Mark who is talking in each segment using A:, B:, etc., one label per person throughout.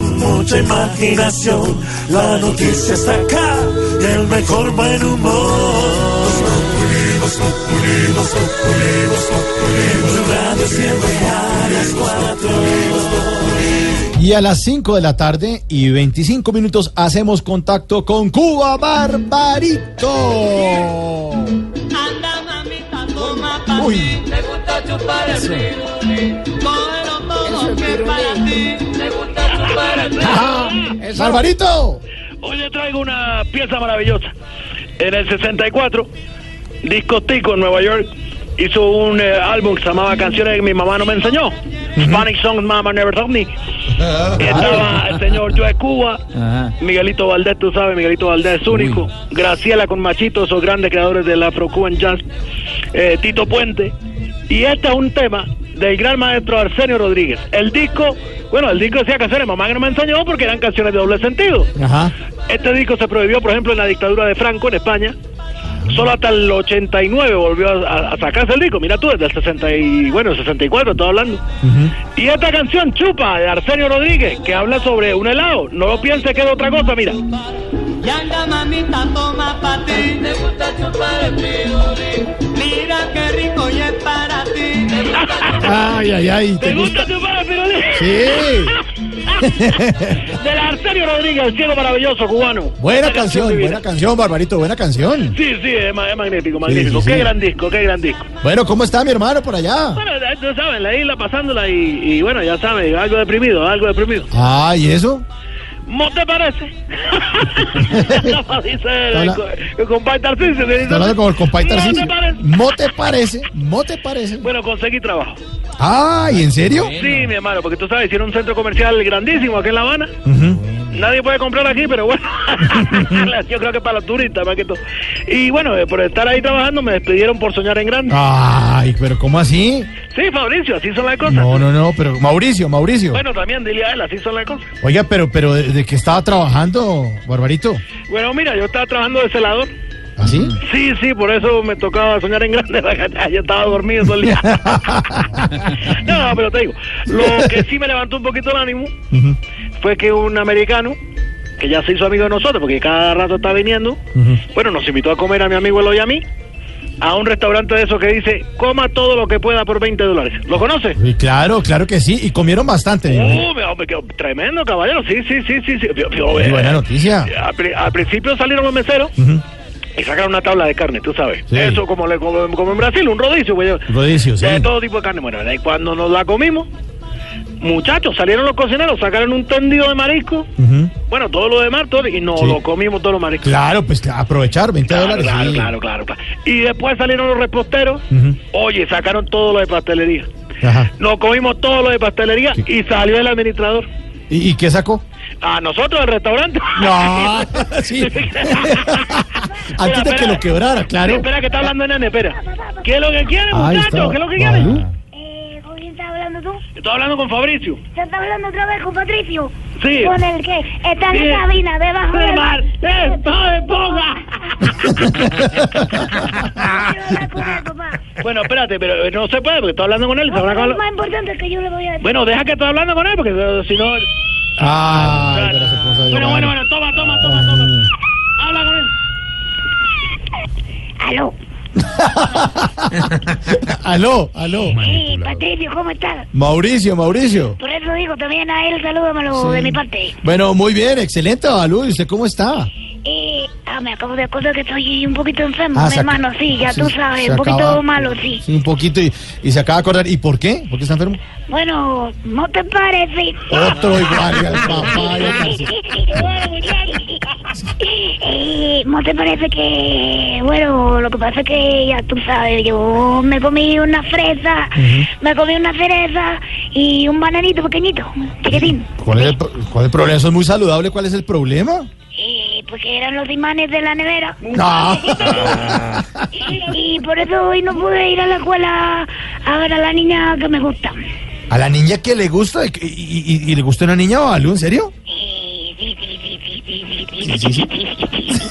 A: Mucha imaginación, la noticia está acá, el mejor buen humor. Los populimos, populimos, populimos, populimos. Tu radio siempre a las cuatro.
B: Y a las 5 de la tarde y 25 minutos hacemos contacto con Cuba Barbarito.
C: Anda mamita, toma pa' ti. Te gusta chupar el frijoles. Cógelo todo que es para ti. Te gusta chupar el frijoles.
B: Barbarito.
D: Hoy le traigo una pieza maravillosa. En el 64, Discotico en Nueva York hizo un eh, álbum que se llamaba Canciones que mi mamá no me enseñó. Spanish Songs Mama Never Taught Me. Y estaba el señor Joe Cuba, Miguelito Valdés, tú sabes, Miguelito Valdés es único. Graciela con Machito, esos grandes creadores del Afro-Cuban Jazz. eh, Tito Puente. Y este es un tema del gran maestro Arsenio Rodríguez. El disco, bueno, el disco decía canciones, mamá que no me enseñó porque eran canciones de doble sentido.
B: Ajá.
D: Este disco se prohibió, por ejemplo, en la dictadura de Franco en España. Solo hasta el 89 volvió a, a sacarse el disco. Mira tú, desde el 60 y, bueno, el 64 estaba hablando. Y esta canción, Chupa, de Arsenio Rodríguez, que habla sobre un helado. No lo piense que es otra cosa, mira.
C: Y anda mamita, toma pa' ti. Te gusta chupar el frijoles. Mira qué rico y es para ti. Te gusta
B: Ay, ay, ay.
D: ¿Te
B: ¿Te gusta?
D: gusta chupar el pirulí?
B: Sí.
D: Del Arsenio Rodríguez, el ciego maravilloso cubano.
B: Buena
D: Una
B: canción,
D: divina.
B: buena canción, Barbarito, buena canción.
D: Sí, sí, es, ma- es magnífico, magnífico.
B: sí,
D: qué
B: sí.
D: gran disco, qué gran disco.
B: Bueno, ¿cómo está mi hermano por allá?
D: Bueno, ya tú sabes, la isla pasándola y, y bueno, ya sabes, algo deprimido, algo deprimido.
B: Ah, ¿y eso?
D: ¿No te parece? Como dice el,
B: Hola.
D: co- el compadre Tarcisio, que dice-
B: Está hablando con el compadre
D: ¿No te
B: Tarcisio.
D: parece?
B: ¿No te parece? ¿No te parece?
D: Bueno, conseguí trabajo.
B: Ah, ¿y en serio?
D: Sí, mi hermano, porque tú sabes, hicieron un centro comercial grandísimo aquí en La Habana. Nadie puede comprar aquí, pero bueno, yo creo que para los turistas más que todo. Y bueno, eh, por estar ahí trabajando me despidieron por soñar en
B: Ah.
D: grande.
B: Ay, pero ¿cómo así?
D: Sí, Fabricio, así son las cosas.
B: No, no, no, pero Mauricio, Mauricio.
D: Bueno, también dile a él, así son las cosas.
B: Oiga, pero, pero ¿de, de qué estaba trabajando, Barbarito?
D: Bueno, mira, yo estaba trabajando de celador.
B: ¿Así?
D: Sí, sí, por eso me tocaba soñar en grande. Yo estaba dormido todo el día. no, no, pero te digo, lo que sí me levantó un poquito el ánimo fue que un americano que ya se hizo amigo de nosotros, porque cada rato está viniendo, bueno, nos invitó a comer a mi amigo Eloy y a mí, a un restaurante de esos que dice, coma todo lo que pueda por 20 dólares. ¿Lo conoce?
B: Y claro, claro que sí. Y comieron bastante.
D: Uh, me- hombre, qué tremendo, caballero. Sí, sí, sí, sí. sí. Yo- yo-
B: Muy buena noticia.
D: al, pri- al principio salieron los meseros y sacaron una tabla de carne, tú sabes.
B: Sí.
D: Eso como, le- como, como en Brasil, un rodicio, güey.
B: Rodicio, sí.
D: De todo tipo de carne. Bueno, ¿verdad? y cuando nos la comimos, muchachos, salieron los cocineros, sacaron un tendido de marisco.
B: Ujú.
D: Bueno, todo lo demás, todo, y nos
B: Sí.
D: lo comimos todos los mariscos.
B: Claro, pues cl- aprovechar 20
D: Claro,
B: dólares.
D: claro,
B: sí.
D: claro, claro, claro. Y después salieron los reposteros.
B: Ujú.
D: Oye, sacaron todo lo de pastelería.
B: Ajá.
D: Nos comimos todo lo de pastelería
B: Sí.
D: y salió el administrador.
B: ¿Y, y qué sacó?
D: A nosotros del restaurante.
B: No, sí. Antes de que lo quebrara,
D: Sí,
B: claro.
D: espera, que está hablando Nene, espera. ¿Qué es lo que quiere,
B: Ah, Ahí
D: muchachos?
B: está.
D: ¿Qué es lo que quiere?
B: Balú.
E: Eh, ¿Con quién estás hablando tú?
D: Estoy hablando con Fabricio.
E: ¿Se está hablando otra vez con Patricio?
D: Sí.
E: Con el que está en
D: Sí.
E: la cabina, debajo
D: ¡De
E: del
D: mar! ¡Esto de
E: Quiero hablar con él,
D: poca!
E: papá.
D: bueno, espérate, pero eh, no se puede porque estoy hablando con él.
E: No,
D: sabrá
E: pero
D: cuál-
E: lo más importante que yo le voy a decir.
D: Bueno, deja que estoy hablando con él porque eh, si no...
B: Ay, pero se puso a
D: bueno,
B: llorar.
D: bueno, bueno, toma, toma, toma, toma. Habla con él.
E: Aló.
B: aló, aló.
E: Eh, Patricio, ¿cómo estás?
B: Mauricio, Mauricio.
E: Por eso digo, también a él salúdamelo de mi parte.
B: Bueno, muy bien, excelente, Balú. ¿Y usted cómo está?
E: Eh, ah, me acabo de acordar que estoy un poquito enfermo,
B: Ah,
E: mi
B: se ac-
E: hermano, sí, ya
B: sí,
E: tú sabes,
B: se
E: un poquito
B: acaba-
E: malo, sí.
B: Sí, un poquito. Y, y se acaba de acordar. ¿Y por qué? ¿Por qué está enfermo?
E: Bueno, ¿no te parece?
B: Otro igual, y al papá. y al Tarcisio.
E: Eh, ¿No te parece que, bueno, lo que pasa es que ya tú sabes, yo me comí una fresa, me comí una cereza y un bananito pequeñito, chiquitín?
B: ¿Cuál es el, pro- cuál es el problema? Eso es muy saludable. ¿Cuál es el problema?
E: Eh, porque eran los imanes de la nevera.
B: No.
E: Y por eso hoy no pude ir a la escuela a ver a la niña que me gusta.
B: ¿A la niña que le gusta? ¿Y, y- y- y le gusta una niña o algo? ¿En serio?
E: Eh, sí, sí, sí, sí, sí, sí,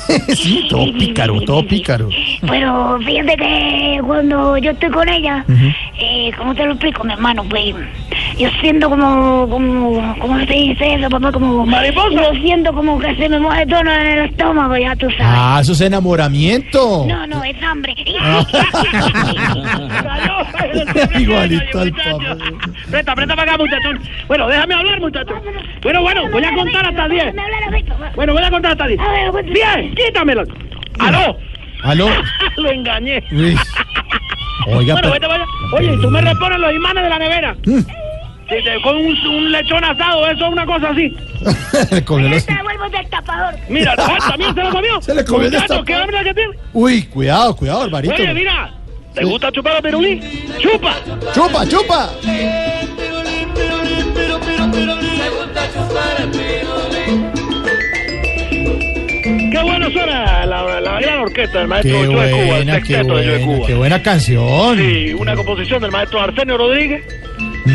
B: Sí, sí, sí, todo pícaro, todo pícaro.
E: Pero fíjate que cuando yo estoy con ella, eh, ¿cómo te lo explico, mi hermano? Pues yo siento como, como, ¿cómo se dice eso, papá? Como,
D: Mariposa.
E: Yo siento como que se me mueve todo en el estómago, ya tú sabes.
B: Ah, eso es enamoramiento.
E: No, no, es hambre.
B: Igualito al
D: Muchacho.
B: Pablo.
D: Presta, presta para acá, muchachón. Bueno, déjame hablar, muchachón. Bueno, bueno, voy a contar hasta 10.
E: Déjame hablar a mí, papá.
D: Bueno, voy a contar hasta 10.
E: A ver, pues, cuéntame.
D: ¡Bien! ¡Quítamelo! ¡Aló!
B: ¿Aló?
D: Lo engañé.
B: Uy. Oiga,
D: Bueno, vete
B: pero-
D: para allá. Oye, tú me repones los imanes de la nevera.
B: Mm.
D: Si te con un, un lechón asado, eso es una cosa así.
B: con el
E: Te devuelvo del tapador.
D: Mira, ay, también se lo comió.
B: Se le comió el
D: Muchacho,
B: destapador.
D: ¿qué hambre que tiene?
B: Uy, cuidado, cuidado, Barbarito.
D: Oye, mira, ¿te
B: Sí.
D: gusta chupar a pirulí? ¡Chupa!
B: Chupa, chupa.
D: ¡Qué bueno suena la, la gran orquesta del maestro
B: Qué
D: Yo de Cuba, el
B: buena, qué
D: sexteto de Yo de
B: buena,
D: Cuba!
B: qué buena canción.
D: Sí, una composición del maestro Arsenio Rodríguez.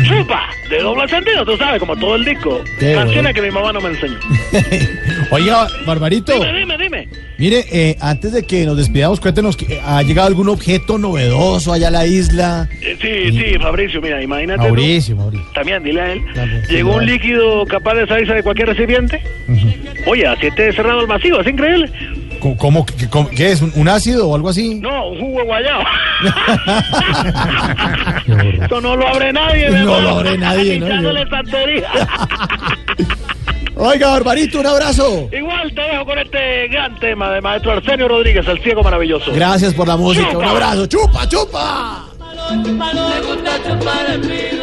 D: ¡Chupa! De doble sentido, tú sabes, como todo el disco.
B: Mm. Qué bueno.
D: Canciones que mi mamá no me enseñó.
B: Oiga, Barbarito,
D: Dime, dime, dime.
B: mire, eh, antes de que nos despidamos, cuéntenos, que eh, ¿ha llegado algún objeto novedoso allá a la isla?
D: Eh, sí, sí, Fabricio, mira, imagínate. tú.
B: Mauricio, Mauricio.
D: También, dile a él.
B: Claro, sí,
D: Llegó un
B: claro.
D: líquido capaz de salirse de cualquier recipiente. Oye, así esté cerrado el vacío, es increíble.
B: ¿Cómo, cómo- qué, cómo- qué es? ¿Un, un ácido o algo así?
D: No, un jugo de guayaba. Eso no lo abre nadie, mi
B: No
D: hermano.
B: lo abre nadie, ¿no?
D: Quitándole santería.
B: Oiga, Barbarito, un abrazo.
D: Igual te dejo con este gran tema de maestro Arsenio Rodríguez, el ciego maravilloso.
B: Gracias por la música. Un
D: Chupa.
B: abrazo. Chupa, chupa.
C: Me gusta chupar el pino.